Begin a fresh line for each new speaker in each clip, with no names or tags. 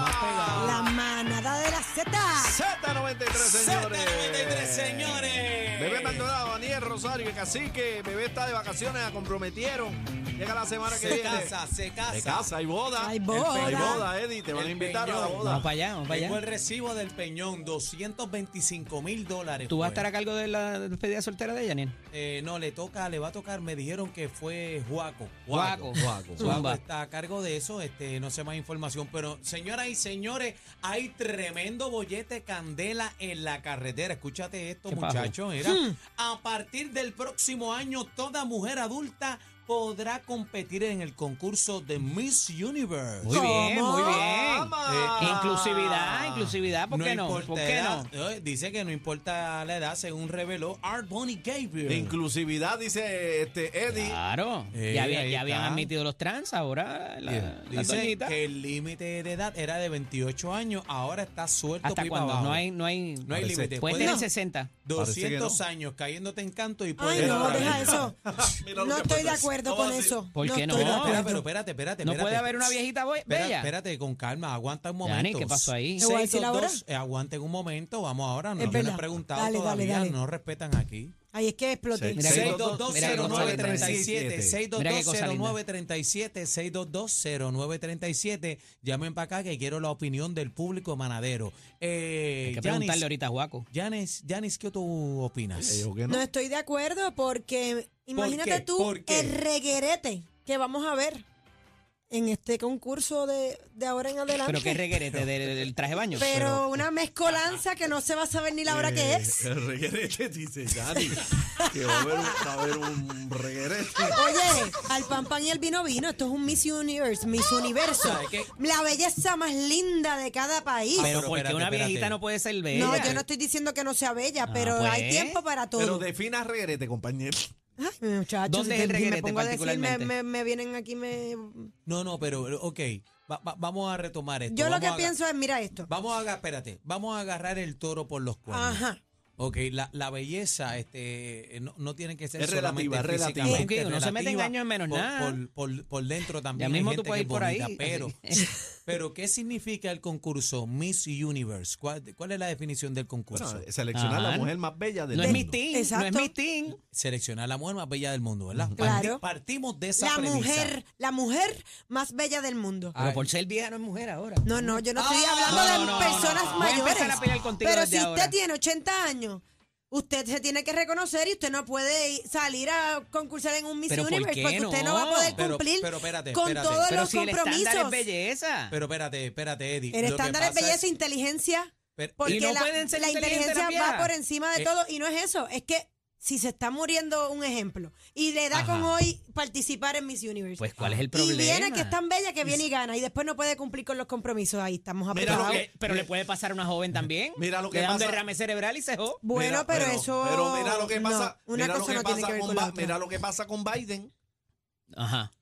más pegado.
La manada de la Z.
Z93, señores.
Z93, señores.
Bebé Maldonado, Daniel Rosario, el cacique. Bebé está de vacaciones, la comprometieron. Llega la semana que
Se
viene.
casa, se casa.
Se casa, hay boda.
Hay boda.
Hay boda, Eddie. Te van a invitar a la
Peñón.
boda.
Vamos para allá, vamos para
Llegó el
allá.
recibo del Peñón, 225 mil dólares. pues.
¿Tú vas a
fue.
estar a cargo de la despedida soltera de Janine?
Eh, no, le toca, le va a tocar, me dijeron que fue Juaco.
Juaco.
Juaco. Juaco
Zumba.
está a cargo de eso, este, no sé más información. Pero, señoras y señores, hay tremendo bollete candela en la carretera. Escúchate esto,
¿Qué pasó? Hmm.
muchachos. Era, A partir del próximo año, toda mujer adulta podrá competir en el concurso de Miss Universe. Ah,
Muy bien, muy bien.
¡Vamos!
Eh, inclusividad, inclusividad, ¿por qué no?
importa
¿Por qué
edad.
no?
Eh, Dice que no importa la edad, según reveló Art Bonnie Gabriel.
De inclusividad, dice este Eddie.
Claro.
Eh,
ya habían,
ahí
ya habían
está.
admitido los trans, ahora la, la
Dice
doñita.
que el límite de edad era de 28 años, ahora está suelto.
Hasta
pipa
cuando
abajo.
no hay, no hay,
No hay límite. Puede-
Puedes tener
No.
60.
Parece que
200
no.
años cayéndote en canto y
Ay,
poder-
no,
Espérate.
deja eso.
Mira lo
No
que
estoy de
pasó.
acuerdo
No,
con
sí.
eso.
¿Por qué
estoy de
no?
Espera,
acuerdo.
pero espérate, espérate.
No
espérate.
puede haber una viejita bo-
Espera,
bella.
Espérate, con calma, aguanta un
Dani,
momento.
¿qué pasó ahí?
¿Te voy a decir ahora?
622, eh, aguanten un momento, vamos ahora, no
Es
nos
verdad.
han preguntado
Dale, dale,
todavía,
dale.
no respetan aquí.
Ay, es que exploté.
Mira que-
622-0937, 622-0937, 622-0937. Llamen para acá que quiero la opinión del público manadero. Eh,
Hay que
Yanis,
preguntarle ahorita a Guaco.
Yanis, Yanis, ¿qué tú
Eh,
opinas?
yo que no.
No estoy de acuerdo porque imagínate
qué?
tú
¿Por qué?
el reguerete que vamos a ver en este concurso de, de ahora en adelante.
Pero qué reguerete del, del traje de baño.
Pero una mezcolanza que no se va a saber ni la hora que es.
El reguerete, dice Dani. que va a haber, va a haber un reguerete.
Oye, al pan pan y al vino vino, esto es un Miss Universe, Miss Universo.
¿Sabes qué?
La belleza más linda de cada país.
Pero
pero
porque
espérate,
una
espérate.
viejita no puede ser bella.
No, yo no estoy diciendo que no sea bella, pero
pues.
hay tiempo para todo.
Pero defina reguerete, compañero.
Ay, muchachos,
¿Dónde es el
si
reguerete
me pongo a decir, me,
particularmente?
me- me vienen aquí, me...
No, no, pero ok, va- va- vamos a retomar esto.
Yo lo
vamos
que
a aga-
pienso es, mira esto.
Vamos a, aga- espérate, vamos a agarrar el toro por los cuernos.
Ajá.
Ok, la, la belleza este, eh, no, no tiene que ser
Es
solamente
relativa, es relativa.
físicamente,
Sí, no se mete
relativa,
engaño en menos
por,
nada.
Por, por- por dentro también. hay
mismo
gente
tú
que
puedes ir
es
por ahí,
bonita, Pero,
así
pero, ¿qué significa el concurso Miss Universe? ¿Cuál, cuál es la definición del concurso?
Bueno, eh, seleccionar la
Ajá.
mujer más bella del
No es
mundo.
mi team, no es
Exacto.
mi team.
Seleccionar la mujer más bella del mundo, ¿verdad?
Claro.
Parti- partimos de esa
La
premisa.
mujer, la mujer más bella del mundo.
Pero por ser vieja no es mujer ahora.
No, no, yo no estoy
Ah,
hablando
no,
de
no, no, no,
personas
no. Voy a
mayores.
empezar a pelear contigo
pero
desde
si
ahora.
usted tiene 80 años, usted se tiene que reconocer y usted no puede ir- salir a concursar en un Miss
Pero ¿por
Universe
qué
porque usted no va a
no?
poder
Pero-
cumplir
pero espérate,
con
espérate.
todos
Pero
los
si el
compromisos.
estándar es belleza.
Pero espérate, espérate, Eddie.
El
lo que
estándar es
pasa
belleza, e inteligencia.
pero-
Porque
Y no
la,
pueden ser
la
inteligentes
inteligencia
las
va
viejas.
por encima de
Eh.
todo. Y no es eso, es que si se está muriendo un ejemplo y le da con
Ajá.
hoy participar en Miss Universe.
ah,
Pues ¿cuál es el
y
problema?
viene que es tan bella que viene y gana y después no puede cumplir con los compromisos. Ahí estamos
Mira
pero,
lo
apretados.
que-
pero le puede pasar a una joven también.
Mira lo que
le da
pasa.
un derrame cerebral y se jo.
Bueno,
Mira,
pero, eso.
Pero mira lo que
no,
pasa.
una
mira lo
cosa
que
no
pasa
tiene que ver
con
con
Ba-
la otra.
Mira lo que pasa con Biden.
Ajá.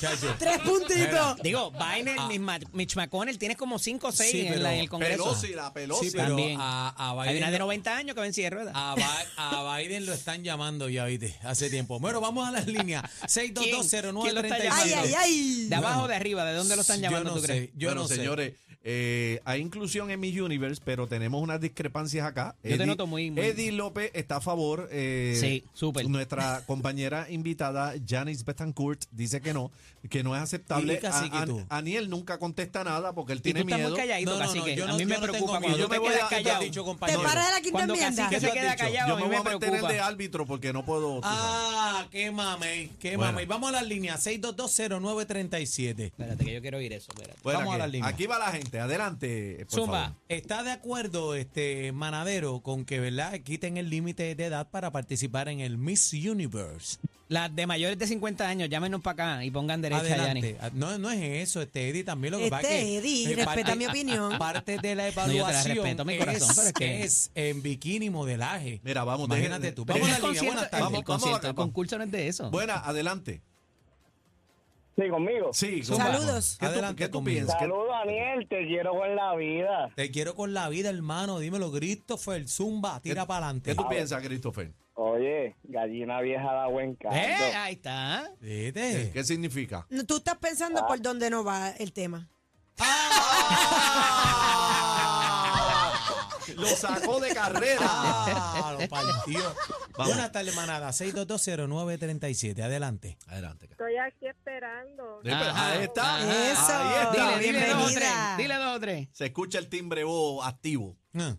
Chacho,
Tres puntitos.
Digo, Biden,
Ah.
Mitch Ma- Mitch McConnell, tiene como 5 o 6
Sí,
en, la- en
pero
el Congreso.
Pelosi, la Pelosi.
sí, pero
También.
a, a Biden
Hay una de
lo-
90 años que va en silla de ruedas.
Ah,
A, Bi- a Biden lo están llamando ya, ¿viste? Hace tiempo. Bueno, vamos a las líneas.
¿Quién lo está llamando?
Ay, ay,
6220937.
ay.
de abajo o de arriba, ¿de dónde lo están
Yo
llamando
no
tú
sé,
crees?
Yo
bueno,
no sé.
señores, eh, hay inclusión en mi Universe, pero tenemos unas discrepancias acá.
Yo te noto muy- muy-
Eddie López está a favor. eh,
Sí, súper.
Nuestra compañera invitada, Janice Betancourt, dice que no, que no es aceptable.
Y- y cacique,
A- a-
tú.
Aniel nunca contesta nada porque él
Y tú
tiene
estás
miedo.
muy calladito,
No, no, no,
cacique.
yo
a
no-
mí
yo
me
no tengo
preocupa
miedo.
cuando
Yo
tú
me
te
voy
quedas
a- yo te he
callado.
dicho,
Te
compañero.
paras de la quinta
Cuando
enmienda.
Cacique
Yo te
se
he
queda
dicho,
callado,
yo
a
me
mí
voy
me
a meter el
preocupa.
de árbitro porque no puedo. tú sabes.
Ah, qué mamey, qué
Bueno.
mamey. Vamos a las líneas. 6220937.
Espérate, que yo quiero oír eso. espérate.
Bueno,
vamos a
aquí,
las líneas.
Aquí va la gente, adelante. Por
Zumba.
favor.
¿Está de acuerdo este Manadero con que, ¿verdad?, quiten el límite de edad para participar en el Miss Universe.
Las de mayores de 50 años, llámenos para acá y pongan derecha, Yanni.
Adelante. Ah, No, no es eso, este Eddie también lo que pasa es
Este
que.
Eddie,
eh,
respeta
parte-
mi opinión.
Parte de la
te la
evaluación
respeto, mi corazón,
es,
pero es que-
es en bikini modelaje.
Mira, vamos,
Imagínate
dejen-
tú.
dejen-
Vamos a
El
la línea,
concierto-
buenas
el
tardes.
Vamos, vamos
concierto,
acá,
el concurso no es de eso.
Buena, adelante.
Sí, conmigo.
Sí,
Zumba.
Saludos.
¿Qué tú-
Adelante
qué tú
conmigo.
piensas?
Saludos, Daniel. Te quiero con la vida.
Te quiero con la vida, hermano. Dímelo, Christopher. Zumba, tira para adelante.
¿Qué tú piensas, Christopher?
Oye, gallina vieja da buen caldo.
Eh, ahí está.
Vete.
¿Qué significa?
No, Tú estás pensando por dónde no va el tema.
Lo sacó de carrera.
Ah, lo partió. Buenas tardes, manada. 6220937. Adelante.
Adelante. cara.
Estoy aquí esperando.
Sí, pero
Ajá.
Ahí está.
Eso.
Ahí está.
Dile, dile dos o tres.
Bienvenida.
Dile dos o tres.
Se escucha el timbre O activo.
Ah,
¿Es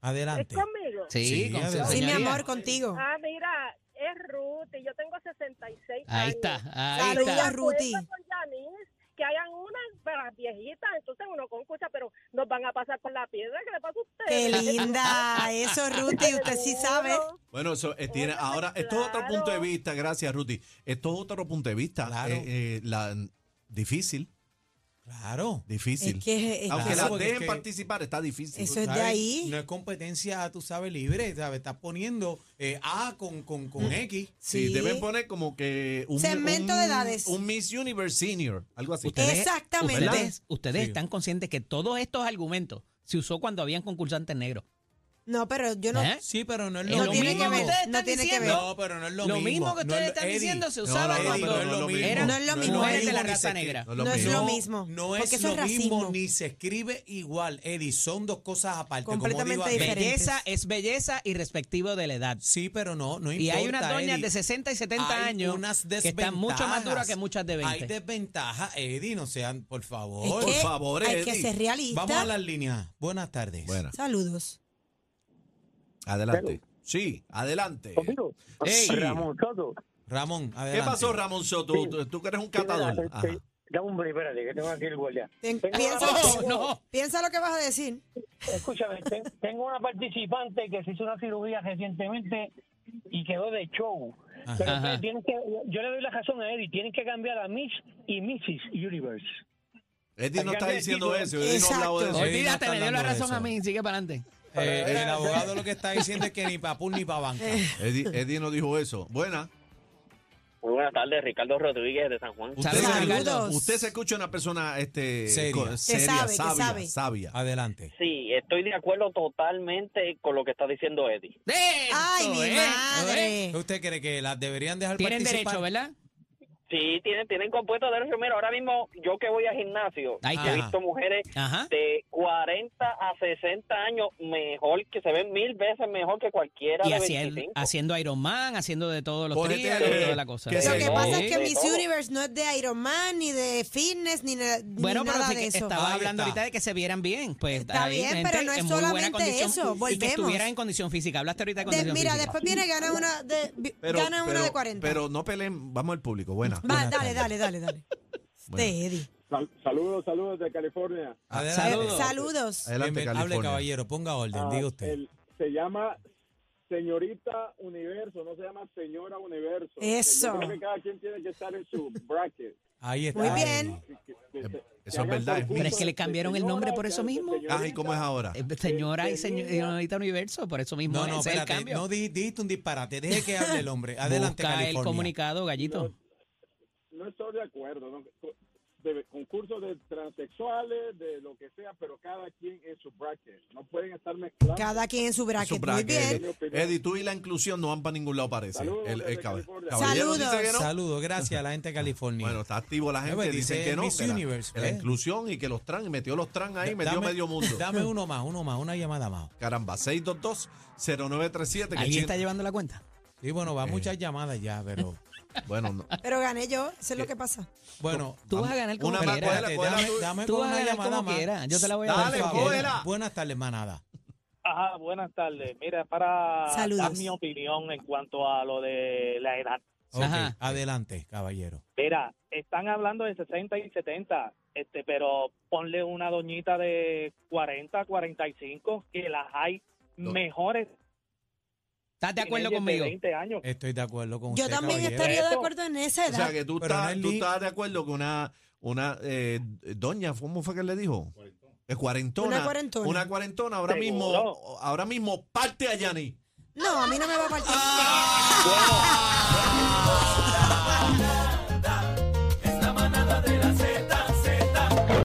Adelante.
conmigo?
Sí,
Sí,
con su
adelante.
Sí, mi
señoría.
amor, contigo.
Ah, mira, es Ruth y yo tengo 66 años.
Ahí está, ahí
Saludos,
está.
Acuerdo
Ruti.
con Yanis, que hagan una para las viejitas, entonces uno concucha, pero nos van a pasar por la piedra. ¿Qué le pasa a ustedes?
Qué linda. Eso, Ruti, usted sí sabe.
Bueno, eso eh, tiene.
Óyeme,
Ahora, esto es otro
claro.
punto de vista. Gracias, Ruti. Esto es otro punto de vista.
Claro.
Eh, eh, la- difícil,
Claro.
difícil.
Es que, es
Aunque
que
Claro,
la
porque
dejen
es que-
participar, está difícil.
Eso es de
¿sabes?
ahí.
No es competencia, tú sabes, libre. ¿sabes? Estás poniendo eh, A con, con,
Mm.
con X.
Sí,
sí.
deben poner como que un
Segmento
un-
de edades.
Un Miss Universe Senior, algo así.
Ustedes-
Exactamente.
Ustedes, ustedes
Sí.
están conscientes que todos estos argumentos se usó cuando habían concursantes negros.
No, pero yo no.
¿Eh?
Sí, pero no es lo
Es
No
lo
mismo.
tiene que
mismo
ver,
ustedes
no
están
tiene que
diciendo.
ver.
No, pero no es lo,
Lo mismo que
No es
ustedes
lo-
están
Eddie,
diciendo se
No,
usaba
no, Eddie,
cuando
no es lo mismo.
eran
No es lo mismo.
mujeres de la
Ni se
raza
escri-
negra.
No es lo mismo,
No
porque
es
eso
lo
es
mismo,
racismo.
ni se escribe igual, Eh, Eddie. Son dos cosas aparte. como
Completamente
digo,
diferente.
belleza-
Belleza es belleza y respectivo de la edad.
Sí, pero no, no importa.
Y hay unas doñas
Eddie.
de 60 y 70
Hay
años
unas
que están mucho más
desventajas.
duras que muchas de 20.
Hay desventajas, Eddie, no sean, por favor.
Es
Por
que
favor,
hay
Eddie.
que ser realista.
Vamos a las líneas. Buenas tardes.
Bueno,
Saludos.
adelante. Sí, adelante.
Conmigo.
Ey.
Ramón Soto.
Ramón,
¿Qué
adelante.
pasó, Ramón Soto?
Sí.
Tú, tú que eres un
Sí, mira,
catador.
este,
Ajá.
Dame un break, espérate, que tengo aquí el guardia.
Ten-
Tengo
piensa,
una-
Oh, no.
piensa lo que vas a decir.
Escúchame, ten- tengo una participante que se hizo una cirugía recientemente y quedó de show.
Ajá.
Pero
Ajá.
tienen que, yo le doy la razón a Eddie, tienen que cambiar a Miss y Mrs. Universe.
Eddie no está
Hay que
diciendo
decirlo.
eso. Eddie no ha hablado de
Exacto.
eso.
Oye, no
Olvídate,
están
le dio la
hablando de
razón
eso.
a mí, sigue para adelante.
Eh, el abogado lo que está diciendo es que ni pa' pool ni pa' banca.
Eh.
Eddie, Eddie no dijo eso. Buena.
Muy buenas tardes, Ricardo Rodríguez de San Juan.
Usted,
Saludos,
se-
Ricardo.
usted se escucha una persona este,
Seria.
co-
Que
seria,
sabe, que
sabia,
sabe.
sabia.
Adelante.
Sí, estoy de acuerdo totalmente con lo que está diciendo Eddie.
¡Eso
Ay, mi
es! ¿Eh?
madre.
¿Qué ¿Usted cree que las deberían dejar
Tienen
participar?
derecho, ¿verdad?
Sí, tienen, tienen compuesto de derecho. Mira, ahora mismo yo que voy a gimnasio,
Ahí
he
está.
visto mujeres
Ajá.
de 40 a 60 años mejor, que se ven mil veces mejor que cualquiera
Y
de
haciendo,
25.
haciendo Iron Man, haciendo de todos los
Cógete,
tríos, de
eh,
toda la cosa.
que
Lo
se-
que
Sí.
pasa es que
¿Eh?
Sí.
Miss Universe no es de Iron Man, ni de fitness, ni, na- ni
Bueno, pero
nada
sí
de
que
eso.
estaba
Ahí
hablando
está.
ahorita de que se vieran bien. Pues
Está
hay
bien,
gente
pero no es
en muy buena
solamente
condición
eso,
Y que
volvemos.
estuvieran en condición física. Hablaste ahorita de
De-
condición
mira,
física.
después viene gana una de, vi-
Pero,
gana una
pero-
de 40.
pero no peleen. Vamos al público. Buena.
Va, dale, dale, dale, dale.
Bueno.
Este, Eddie.
saludos, saludos de California.
Adelante.
Saludos.
Saludos.
Adelante,
Bienven- Hable,
California.
caballero, ponga orden,
Ah,
diga usted.
el- se llama señorita universo, no se llama señora universo.
Eso.
Yo creo que cada quien tiene que estar en su bracket.
Ahí está.
Muy bien.
Que- que- que se- que
es
hagan
verdad, es
concursos
Pero es que le
de
cambiaron el nombre por
señora,
eso
de
mismo.
señorita.
Ajá, ¿y cómo es ahora?
Eh, Señora y señor- señorita Universo, por eso mismo
No,
ese
no,
es el
espérate.
cambio.
No di- dijiste un disparate. Deje que hable el hombre. Adelante,
Busca el
California.
comunicado, gallito.
No estoy de acuerdo. ¿no? De concursos de transexuales, de lo que sea, pero cada quien en su bracket. No pueden estar mezclados.
Cada quien en su bracket.
Su
Muy
bracket.
bien.
Mi opinión.
Eddie, tú y la inclusión no van para ningún lado, parece.
Saludos
el, el
desde
cab-
California.
caballero dice
Saludos.
que no.
Saludos, gracias a la gente de California.
Bueno, está activo la gente.
Pues
Dicen
dice
que no.
Miss
que la,
Universe,
que la
¿eh?
inclusión y que los trans. Metió los trans ahí, metió
Dame-
medio mundo.
Dame uno más, uno más, una llamada más.
Caramba, 622-0937. que
¿Alguien está
chin-
llevando la cuenta?
Sí, bueno, va muchas llamadas ya, pero.
Bueno, no.
Pero gané yo. Eso es lo que pasa.
Bueno,
Tú
vamos-
vas a ganar como
Una más,
quieras.
cógela,
espérate,
cógela
dame,
tú.
dame
Tú
con
vas a
una
ganar
llamada
como
más.
quieras. Yo te la voy a dar.
Dale,
por favor.
cógela.
Buenas tardes, manada.
Ajá, buenas tardes. Mira, para
Saludos.
dar mi opinión en cuanto a lo de la edad.
Ok,
Ajá.
adelante, caballero.
Mira, están hablando de 60 y 70, este, pero ponle una doñita de 40, 45, que las hay
No.
mejores.
¿Estás de acuerdo
Teenagers de
conmigo?
20 años.
Estoy de acuerdo con
Yo
usted,
también
caballero.
estaría de acuerdo en esa
O sea,
edad.
que tú
Pero no
estás,
es
tú
li-
estás de acuerdo que una, una eh, doña, ¿cómo fue que le dijo? Eh, Cuarentona.
Una cuarentona.
Una cuarentona, ahora
Seguro.
mismo, ahora mismo parte a Yanni.
No, a mí no me va a partir.
Bueno,